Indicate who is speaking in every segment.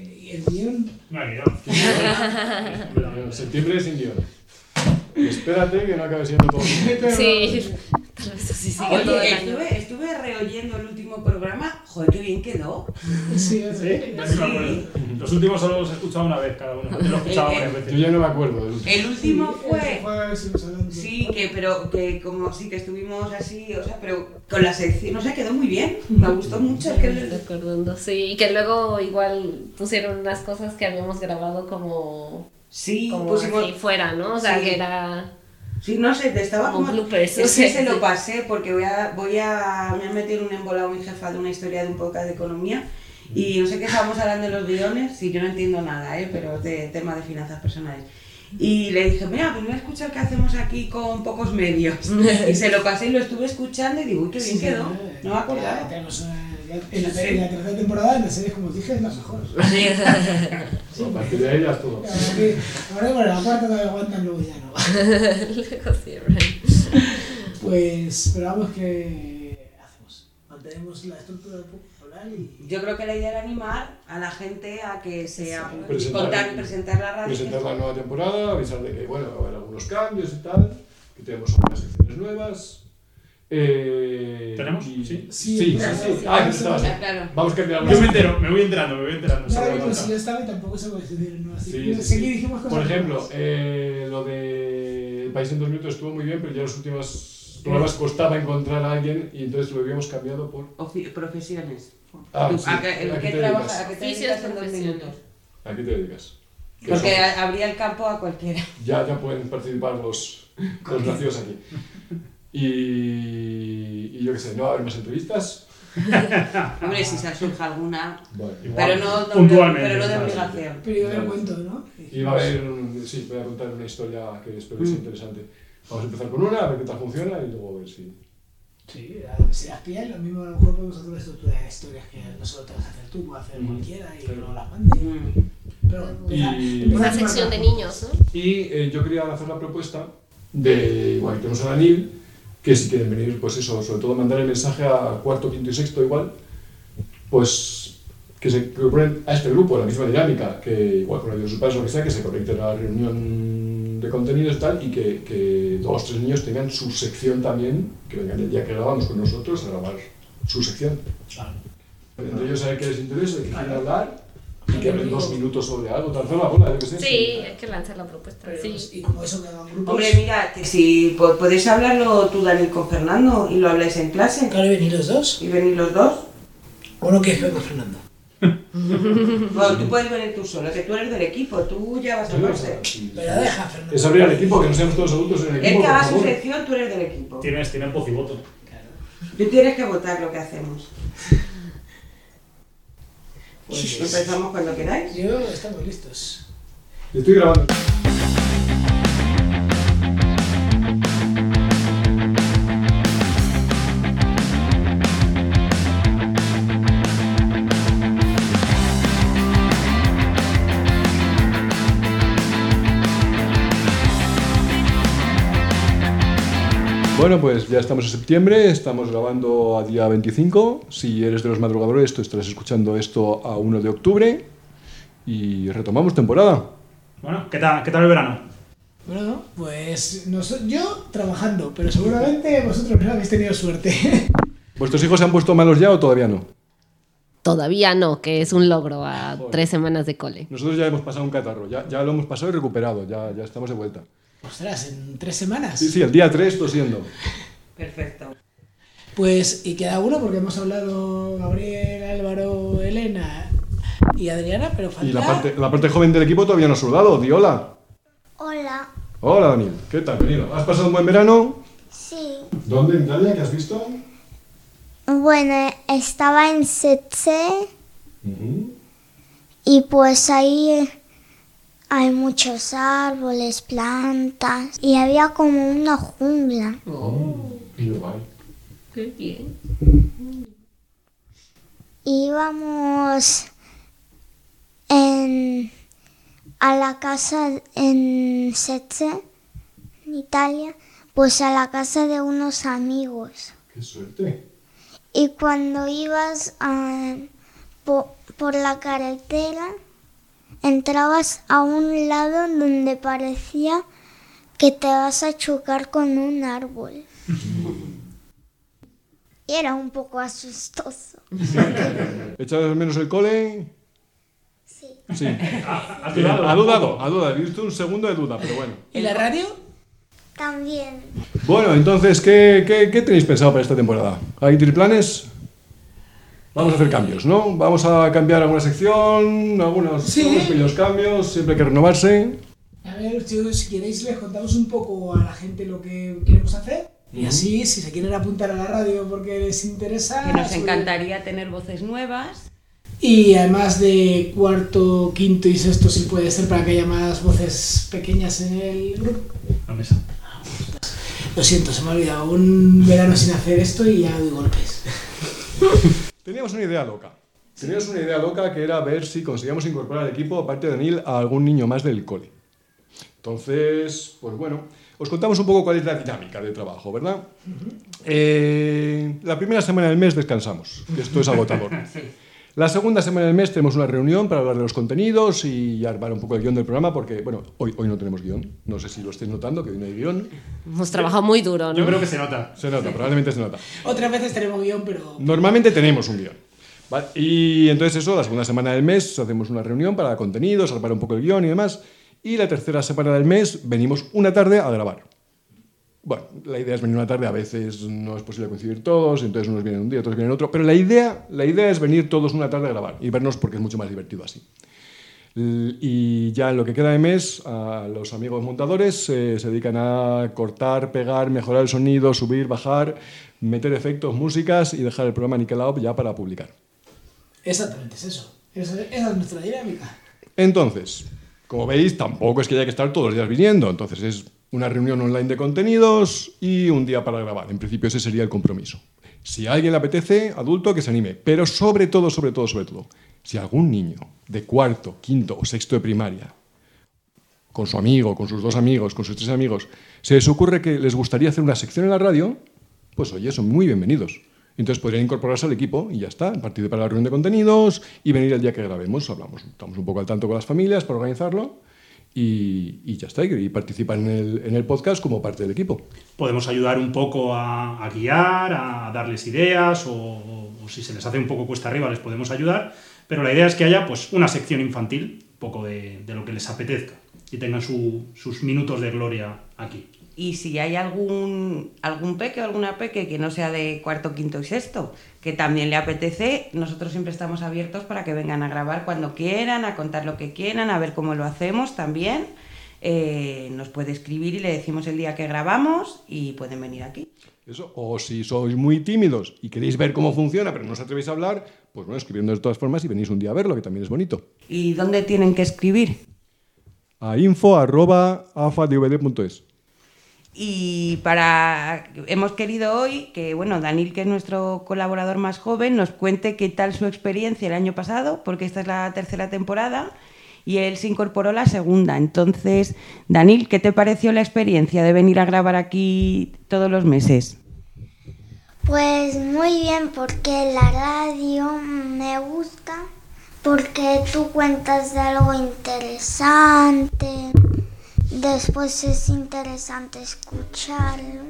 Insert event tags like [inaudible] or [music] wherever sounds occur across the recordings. Speaker 1: el guión.
Speaker 2: No hay
Speaker 3: Pero septiembre sin guión. Espérate que no acabe siendo todo.
Speaker 4: Sí, tal vez así sigue todo
Speaker 5: Oye, eh,
Speaker 4: el año.
Speaker 5: estuve, estuve reoyendo el último programa. Joder, qué bien quedó.
Speaker 1: Sí, es
Speaker 2: ¿Sí? Ya sí me acuerdo. Los últimos solo los he escuchado una vez cada uno. Yo los he escuchado varias
Speaker 3: Yo
Speaker 2: veces.
Speaker 3: ya no me acuerdo del último.
Speaker 5: El último
Speaker 1: ese
Speaker 5: fue.
Speaker 1: fue excelente.
Speaker 5: Sí, que pero que como sí que estuvimos así, o sea, pero con la sección, no sé, quedó muy bien. Me gustó mucho. Es que
Speaker 4: Me estoy acordando, sí, y que luego igual pusieron unas cosas que habíamos grabado como,
Speaker 5: sí,
Speaker 4: como
Speaker 5: pusimos,
Speaker 4: aquí fuera, ¿no? O sea,
Speaker 5: sí.
Speaker 4: que era... [laughs]
Speaker 5: Sí, no sé, te estaba
Speaker 4: Como
Speaker 5: como...
Speaker 4: bloopers,
Speaker 5: es
Speaker 4: o
Speaker 5: que
Speaker 4: sea,
Speaker 5: se lo
Speaker 4: sí.
Speaker 5: pasé porque voy a, voy a... Me han metido en un embolado mi jefa de una historia de un podcast de economía y no sé qué estábamos hablando de los guiones y yo no entiendo nada, ¿eh? pero de tema de finanzas personales. Y le dije, mira, pues voy a escuchar qué hacemos aquí con pocos medios. Y se lo pasé y lo estuve escuchando y digo, uy, qué bien
Speaker 1: Sí,
Speaker 5: quedó.
Speaker 1: eh,
Speaker 5: No me acordaba.
Speaker 1: tenemos, eh, En la, en la tercera temporada, en la serie, como os dije, es la mejor.
Speaker 3: A partir de ahí ya es todo.
Speaker 1: Ahora, sí, ahora, bueno, la cuarta todavía aguantan, luego ya no.
Speaker 4: luego siempre.
Speaker 1: Pues, pero vamos que hacemos. Mantenemos la estructura hablar y...
Speaker 5: Yo creo que la idea era animar a la gente a que se apunte-
Speaker 3: Presentar-
Speaker 5: contar y presentar la radio.
Speaker 3: Presentar la nueva temporada, avisar de que bueno, va a haber algunos cambios y tal, que tenemos algunas secciones nuevas. Eh,
Speaker 2: ¿Tenemos?
Speaker 3: y-
Speaker 2: Sí.
Speaker 3: Sí, sí, sí. Ah, que estabas.
Speaker 5: Ah, claro.
Speaker 3: Vamos a cambiar
Speaker 2: Yo me
Speaker 3: algunas.
Speaker 2: entero, me voy enterando, me voy enterando.
Speaker 1: Ya
Speaker 2: sobre
Speaker 1: vimos,
Speaker 2: la marcha.
Speaker 1: si yo estaba y tampoco se puede decidir, ¿no? Así
Speaker 3: Sí,
Speaker 1: que
Speaker 3: sí,
Speaker 1: seguí,
Speaker 3: sí.
Speaker 1: dijimos cosas
Speaker 3: Por ejemplo,
Speaker 1: nuevas.
Speaker 3: eh, lo de El País en dos minutos estuvo muy bien, pero ya los últimos programas costaba encontrar a alguien y entonces lo habíamos cambiado por.
Speaker 5: Ofi- profesiones.
Speaker 3: Ah,
Speaker 5: Tú,
Speaker 3: sí,
Speaker 5: ¿A qué,
Speaker 3: ¿a
Speaker 5: en
Speaker 3: qué
Speaker 5: qué
Speaker 3: te
Speaker 5: trabajas?
Speaker 3: dedicas?
Speaker 5: ¿A qué te
Speaker 4: Oficios,
Speaker 5: dedicas en dos
Speaker 4: profesiones.
Speaker 5: minutos?
Speaker 3: ¿A qué te dedicas? ¿Qué
Speaker 5: Porque
Speaker 3: son?
Speaker 5: a- abría el campo a
Speaker 3: [laughs]
Speaker 5: cualquiera.
Speaker 3: ya, ya pueden participar los, los nacidos aquí. Y, y yo qué sé, no va a haber más entrevistas.
Speaker 5: Hombre, si se surja alguna.
Speaker 3: Bueno,
Speaker 2: Igual.
Speaker 5: Pero no de,
Speaker 2: Puntualmente,
Speaker 5: pero no de
Speaker 3: claro.
Speaker 5: obligación.
Speaker 1: Pero yo me cuento, ¿no?
Speaker 3: Y va a haber, un- sí, voy a contar una historia que espero
Speaker 5: Mm.
Speaker 3: que sea interesante. Vamos a empezar con una, a ver qué tal funciona y luego a ver si.
Speaker 1: Sí, a- si las pillas, lo mismo a lo mejor podemos hacer una estructura de historias que no solo te vas a hacer tú, puede hacer
Speaker 3: Mm.
Speaker 1: cualquiera y luego las mande.
Speaker 5: Mm.
Speaker 1: Pero bueno,
Speaker 3: Y-
Speaker 1: empezar-
Speaker 4: Una
Speaker 1: empezar por
Speaker 4: sección de
Speaker 1: acá.
Speaker 4: niños, ¿no?
Speaker 3: Y eh, yo quería hacer la propuesta de, igual que tenemos a Daniel, que si quieren venir, pues eso, sobre todo mandar el mensaje a cuarto, quinto y sexto igual, pues que se incorporen a este grupo, la misma dinámica, que igual con la de sus padres o lo que sea, que se conecten a la reunión de contenidos y tal, y que, que dos o tres niños tengan su sección también, que vengan el día que grabamos con nosotros a grabar su sección.
Speaker 1: Claro.
Speaker 3: Entre ellos saber qué les interesa, de qué quieren
Speaker 1: Claro.
Speaker 3: hablar, y que hablen dos minutos sobre algo, tal vez la bola, yo qué sé.
Speaker 4: Sí, hay que lanzar la propuesta,
Speaker 1: Pero,
Speaker 4: sí.
Speaker 1: Y como eso quedan grupos.
Speaker 3: Pues,
Speaker 5: Hombre, mira, que si po- podéis hablarlo tú, Daniel, con Fernando y lo habláis en clase
Speaker 1: claro, venir los dos.
Speaker 5: y venís los dos.
Speaker 1: Uno que es con Fernando.
Speaker 5: Bueno, tú puedes venir tú solo, que tú eres del equipo, tú ya vas a base.
Speaker 3: Sí,
Speaker 1: Pero deja, Fernando.
Speaker 3: Es abrir al equipo, que no seamos todos adultos en el
Speaker 5: El
Speaker 3: equipo.
Speaker 5: que
Speaker 3: por
Speaker 5: haga su
Speaker 3: favor.
Speaker 5: sección, tú eres del equipo.
Speaker 2: Tienes, tienes voz y voto.
Speaker 1: Claro.
Speaker 5: Tú tienes que votar lo
Speaker 3: [laughs]
Speaker 5: que hacemos.
Speaker 1: Pues-
Speaker 5: Empezamos cuando queráis.
Speaker 1: Yo estamos listos.
Speaker 3: Estoy grabando. Bueno, pues ya estamos en septiembre, estamos grabando a día 25. Si eres de los madrugadores, tú estarás escuchando esto a 1 de octubre. Y retomamos temporada.
Speaker 2: Bueno, ¿qué tal, qué tal el verano?
Speaker 1: Bueno, pues noso- yo trabajando, pero seguramente vosotros no habéis tenido suerte. [laughs]
Speaker 3: ¿Vuestros hijos se han puesto malos ya o todavía no?
Speaker 4: Todavía no, que es un logro a
Speaker 3: Joder.
Speaker 4: tres semanas de cole.
Speaker 3: Nosotros ya hemos pasado un catarro, ya, ya lo hemos pasado y recuperado, ya, ya estamos de vuelta.
Speaker 1: Ostras, en tres semanas.
Speaker 3: Sí, sí, el día 3 tosiendo.
Speaker 5: Perfecto.
Speaker 1: Pues, y queda uno porque hemos hablado Gabriel, Álvaro, Elena y Adriana, pero falta.
Speaker 3: Y la parte, la parte joven del equipo todavía no ha saludado, di hola.
Speaker 6: Hola,
Speaker 3: Hola, Daniel. ¿Qué tal? Bienvenido. ¿Has pasado un buen verano?
Speaker 6: sí.
Speaker 3: ¿Dónde, en Italia? ¿Qué has visto?
Speaker 6: Bueno, estaba en Setse y pues ahí hay muchos árboles, plantas y había como una jungla.
Speaker 3: Oh. Y Dubai.
Speaker 4: Qué bien.
Speaker 6: Íbamos en, a la casa en Setse, en Italia, pues a la casa de unos amigos.
Speaker 3: Qué suerte.
Speaker 6: Y cuando ibas ah, po- por la carretera, entrabas a un lado donde parecía que te vas a chocar con un árbol. Y era un poco asustoso.
Speaker 3: ¿Echabas de menos el cole?
Speaker 6: Sí.
Speaker 3: Sí.
Speaker 2: ¿Has dudado?
Speaker 3: Ha dudado, ha dudado. He visto un segundo de duda, pero bueno.
Speaker 1: ¿Y la radio?
Speaker 6: También.
Speaker 3: Bueno, entonces, ¿qué, qué, qué tenéis pensado para esta temporada? ¿Hay triplanes? Vamos a hacer cambios, ¿no? Vamos a cambiar alguna sección, algunos,
Speaker 1: Sí.
Speaker 3: algunos pequeños cambios, siempre hay que renovarse.
Speaker 1: A ver, chicos, si queréis les contamos un poco a la gente lo que queremos hacer. Y así, si se quieren apuntar a la radio porque les interesa...
Speaker 5: Que nos
Speaker 1: sobre-
Speaker 5: encantaría tener voces nuevas.
Speaker 1: Y además de cuarto, quinto y sexto, si puede ser, para que haya más voces pequeñas en el grupo.
Speaker 2: La mesa.
Speaker 1: Lo siento, se me ha olvidado un verano sin hacer esto y ya doy golpes.
Speaker 3: Teníamos una idea loca. Teníamos una idea loca que era ver si conseguíamos incorporar al equipo, aparte de Daniel, a algún niño más del cole. Entonces, pues bueno, os contamos un poco cuál es la dinámica de trabajo, ¿verdad? Eh, la primera semana del mes descansamos, que esto es [laughs] agotador. La segunda semana del mes tenemos una reunión para hablar de los contenidos y armar un poco el guión del programa, porque, bueno, hoy, hoy no tenemos guión. No sé si lo estáis notando, que hoy no hay guión.
Speaker 4: Hemos trabajado muy duro,
Speaker 2: Yo
Speaker 4: ¿no?
Speaker 2: creo que se nota.
Speaker 3: Se nota, probablemente se nota.
Speaker 1: Otras veces tenemos guión, pero...
Speaker 3: Normalmente tenemos un guión. ¿vale? Y entonces eso, la segunda semana del mes hacemos una reunión para contenidos, armar un poco el guión y demás. Y la tercera semana del mes venimos una tarde a grabar. Bueno, la idea es venir una tarde, a veces no es posible coincidir todos, entonces unos vienen un día, otros vienen otro, pero la idea, la idea es venir todos una tarde a grabar y vernos porque es mucho más divertido así. L- Y ya en lo que queda de mes, a los amigos montadores eh, se dedican a cortar, pegar, mejorar el sonido, subir, bajar, meter efectos, músicas y dejar el programa Nickelodeon ya para publicar.
Speaker 1: Exactamente, es eso. Esa, esa es nuestra dinámica.
Speaker 3: Entonces, como veis, tampoco es que haya que estar todos los días viniendo. Entonces es una reunión online de contenidos y un día para grabar. En principio ese sería el compromiso. Si a alguien le apetece, adulto, que se anime. Pero sobre todo, sobre todo, sobre todo, si algún niño de cuarto, quinto o sexto de primaria, con su amigo, con sus dos amigos, con sus tres amigos, se les ocurre que les gustaría hacer una sección en la radio, pues oye, son muy bienvenidos. Entonces podrían incorporarse al equipo y ya está, partir para la reunión de contenidos y venir el día que grabemos. Hablamos, estamos un poco al tanto con las familias para organizarlo y, y ya está. Y participan en el, en el podcast como parte del equipo.
Speaker 2: Podemos ayudar un poco a, a guiar, a darles ideas o, o si se les hace un poco cuesta arriba les podemos ayudar. Pero la idea es que haya pues, una sección infantil, un poco de, de lo que les apetezca y tengan su- sus minutos de gloria aquí.
Speaker 5: Y si hay algún, algún peque o alguna peque que no sea de cuarto, quinto y sexto, que también le apetece, nosotros siempre estamos abiertos para que vengan a grabar cuando quieran, a contar lo que quieran, a ver cómo lo hacemos también. Eh, nos puede escribir y le decimos el día que grabamos y pueden venir aquí.
Speaker 3: Eso. O si sois muy tímidos y queréis ver cómo funciona, pero no os atrevéis a hablar, pues bueno, escribiendo de todas formas y venís un día a verlo, que también es bonito.
Speaker 5: ¿Y dónde tienen que escribir?
Speaker 3: A info arroba afadvd.es.
Speaker 5: Y para hemos querido hoy que bueno, Daniel, que es nuestro colaborador más joven, nos cuente qué tal su experiencia el año pasado, porque esta es la tercera temporada y él se incorporó la segunda. Entonces, Daniel, ¿qué te pareció la experiencia de venir a grabar aquí todos los meses?
Speaker 6: Pues muy bien, porque la radio me gusta, porque tú cuentas de algo interesante, después es interesante escucharlo.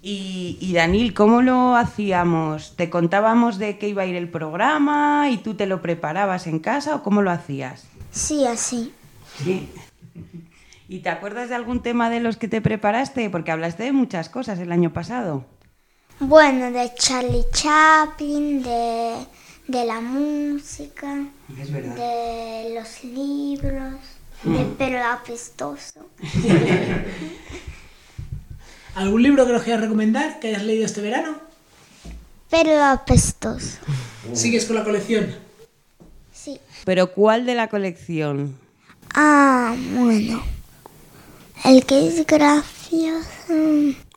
Speaker 5: Y, y Daniel, ¿cómo lo hacíamos? ¿Te contábamos de qué iba a ir el programa y tú te lo preparabas en casa o cómo lo hacías?
Speaker 6: Sí, así.
Speaker 5: Sí. ¿Y te acuerdas de algún tema de los que te preparaste? Porque hablaste de muchas cosas el año pasado.
Speaker 6: Bueno, de Charlie Chaplin, de, de la música,
Speaker 5: Es verdad.
Speaker 6: de los libros, del pelo apestoso.
Speaker 1: ¿Algún libro que nos quieras recomendar que hayas leído este verano?
Speaker 6: Pelo apestoso.
Speaker 1: ¿Sigues con la colección?
Speaker 6: Sí.
Speaker 5: Pero ¿cuál de la colección?
Speaker 6: Ah, bueno. El que es gracioso.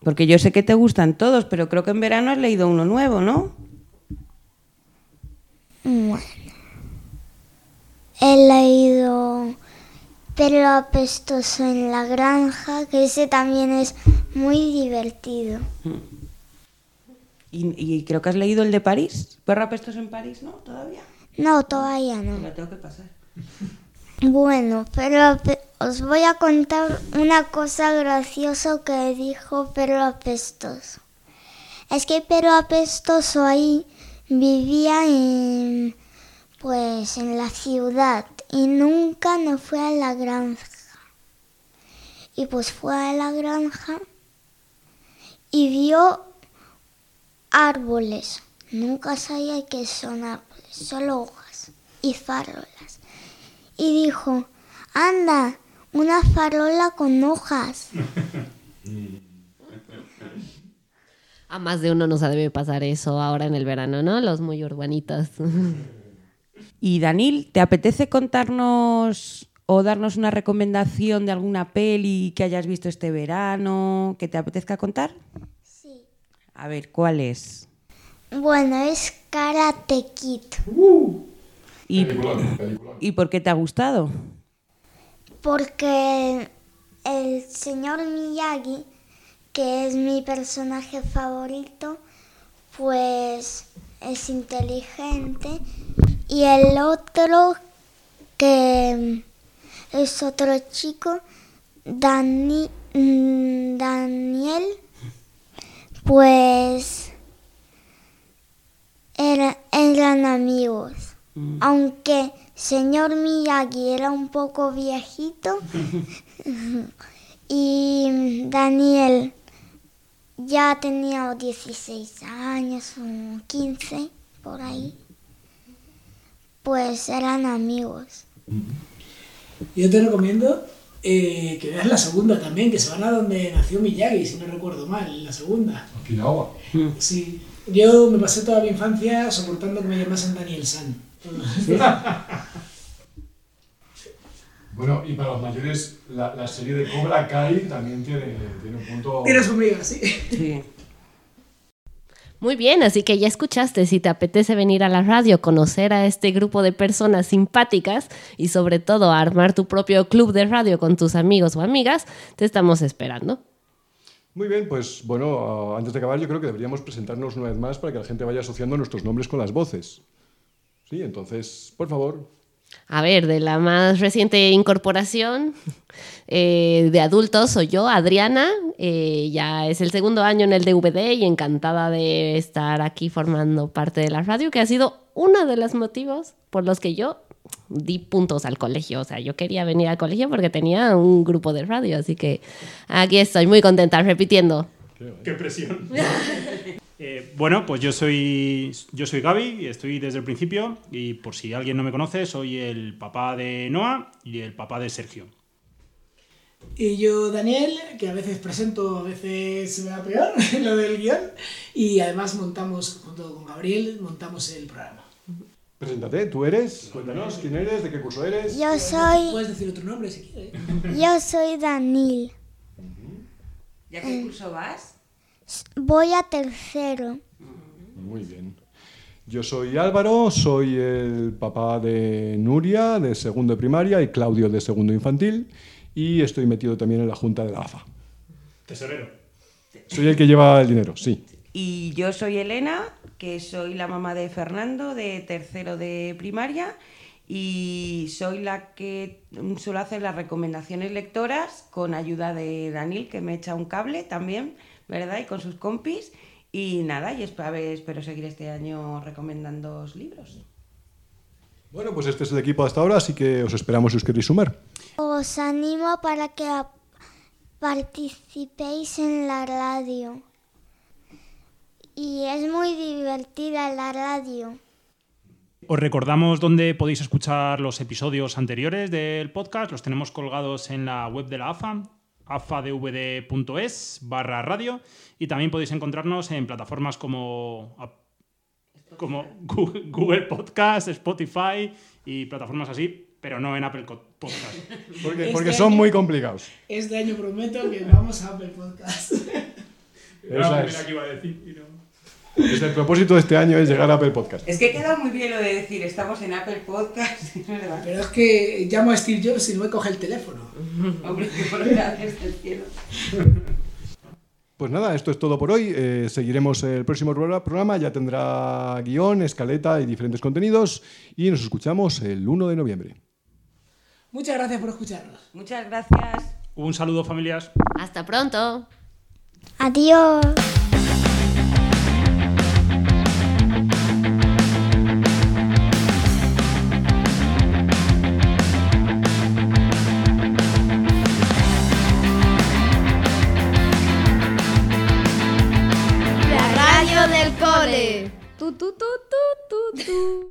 Speaker 5: Porque yo sé que te gustan todos, pero creo que en verano has leído uno nuevo, ¿no?
Speaker 6: Bueno. He leído Pelo apestoso en la granja, que ese también es muy divertido.
Speaker 5: Y, y creo que has leído el de París. Perro apestoso en París, ¿no? Todavía.
Speaker 6: No, todavía
Speaker 5: Me
Speaker 6: no.
Speaker 5: lo tengo que pasar.
Speaker 6: Bueno, pero Ape- os voy a contar una cosa graciosa que dijo Pero Apestoso. Es que Pero Apestoso ahí vivía en, pues, en la ciudad y nunca no fue a la granja. Y pues fue a la granja y vio árboles. Nunca sabía que son árboles, solo hojas y farolas y dijo, anda, una farola con hojas.
Speaker 4: A más de uno nos ha de pasar eso ahora en el verano, ¿no? Los muy urbanitas.
Speaker 5: Y Danil, ¿te apetece contarnos o darnos una recomendación de alguna peli que hayas visto este verano que te apetezca contar?
Speaker 6: Sí.
Speaker 5: A ver, ¿cuál es?
Speaker 6: Bueno, es Karate Kid,
Speaker 5: ¿Y,
Speaker 3: Peliculón, peliculón.
Speaker 5: y por qué te ha gustado?
Speaker 6: porque el señor Miyagi, que es mi personaje favorito, pues es inteligente y el otro que es otro chico, Dani- mm, Daniel, pues era- eran amigos. Aunque señor Miyagi era un poco viejito y Daniel ya tenía 16 años o 15 por ahí, pues eran amigos.
Speaker 1: Yo te recomiendo eh, que veas la segunda también, que se van a donde nació Miyagi, si no recuerdo mal, la segunda.
Speaker 3: Okinawa.
Speaker 1: Sí. Yo me pasé toda mi infancia soportando que me llamasen Daniel San. [laughs]
Speaker 3: Bueno, y para los mayores, la, la serie de Cobra Kai también tiene, tiene un punto.
Speaker 1: Tiene su briga, sí.
Speaker 5: Sí.
Speaker 4: Muy bien, así que ya escuchaste, si te apetece venir a la radio, conocer a este grupo de personas simpáticas y sobre todo armar tu propio club de radio con tus amigos o amigas, te estamos esperando.
Speaker 3: Muy bien, pues bueno, ah, antes de acabar, yo creo que deberíamos presentarnos una vez más para que la gente vaya asociando nuestros nombres con las voces. Sí, entonces, por favor.
Speaker 4: A ver, de la más reciente incorporación eh, de adultos soy yo, Adriana. Eh, ya es el segundo año en el DVD y encantada de estar aquí formando parte de la radio, que ha sido uno de los motivos por los que yo di puntos al colegio. O sea, yo quería venir al colegio porque tenía un grupo de radio, así que aquí estoy muy contenta repitiendo.
Speaker 2: ¡Qué presión! Eh, bueno, pues yo soy, yo soy Gaby, y estoy desde el principio y por si alguien no me conoce, soy el papá de Noah y el papá de Sergio.
Speaker 1: Y yo, Daniel, que a veces presento, a veces se me da peor [laughs] lo del guión. Y además montamos, junto con Gabriel, montamos el programa.
Speaker 3: Preséntate, tú eres, cuéntanos quién eres, de qué curso eres.
Speaker 6: Yo soy,
Speaker 1: Puedes decir otro nombre si quieres.
Speaker 6: yo soy Daniel.
Speaker 5: [laughs] ¿Ya qué curso vas?
Speaker 6: Voy a tercero.
Speaker 3: Muy bien. Yo soy Álvaro, soy el papá de Nuria, de segundo de primaria, y Claudio, de segundo infantil, y estoy metido también en la junta de la AFA.
Speaker 2: Tesorero.
Speaker 3: Soy el que lleva el dinero, sí.
Speaker 5: Y yo soy Elena, que soy la mamá de Fernando, de tercero de primaria, y soy la que mm, suelo hacer las recomendaciones lectoras con ayuda de Daniel, que me echa un cable también, ¿verdad? Y con sus compis. Y nada, y espero, a ver, espero seguir este año recomendando libros.
Speaker 3: Bueno, pues este es el equipo hasta ahora, así que os esperamos si os queréis sumar.
Speaker 6: Os animo para que a- participéis en la radio. Y es muy divertida la radio.
Speaker 2: Os recordamos dónde podéis escuchar los episodios anteriores del podcast. Los tenemos colgados en la web de la AFA, afadvd.es barra radio. Y también podéis encontrarnos en plataformas como, Ap- como Gu- Google Podcast, Spotify y plataformas así, pero no en Apple Co- Podcast.
Speaker 3: Porque,
Speaker 1: Este
Speaker 3: porque son
Speaker 1: año-
Speaker 3: muy complicados.
Speaker 1: Este año prometo que vamos a Apple Podcast.
Speaker 3: Era la primera que
Speaker 2: iba a decir.
Speaker 3: Desde el propósito de este año es llegar a Apple Podcast.
Speaker 5: Es que queda muy bien lo de decir, estamos en Apple Podcast, ¿verdad?
Speaker 1: Pero es que llamo a Steve Jobs y no me coge el teléfono.
Speaker 5: [laughs] Hombre, qué volverá desde el cielo.
Speaker 3: Pues nada, esto es todo por hoy. Eh, seguiremos el próximo pro- programa. Ya tendrá guión, escaleta y diferentes contenidos. Y nos escuchamos el 1 de noviembre.
Speaker 1: Muchas gracias por escucharnos.
Speaker 5: Muchas gracias.
Speaker 2: Un saludo, familias.
Speaker 4: Hasta pronto.
Speaker 6: Adiós.
Speaker 7: La radio del cole. Tu, tu, tu, tu, tu, tu.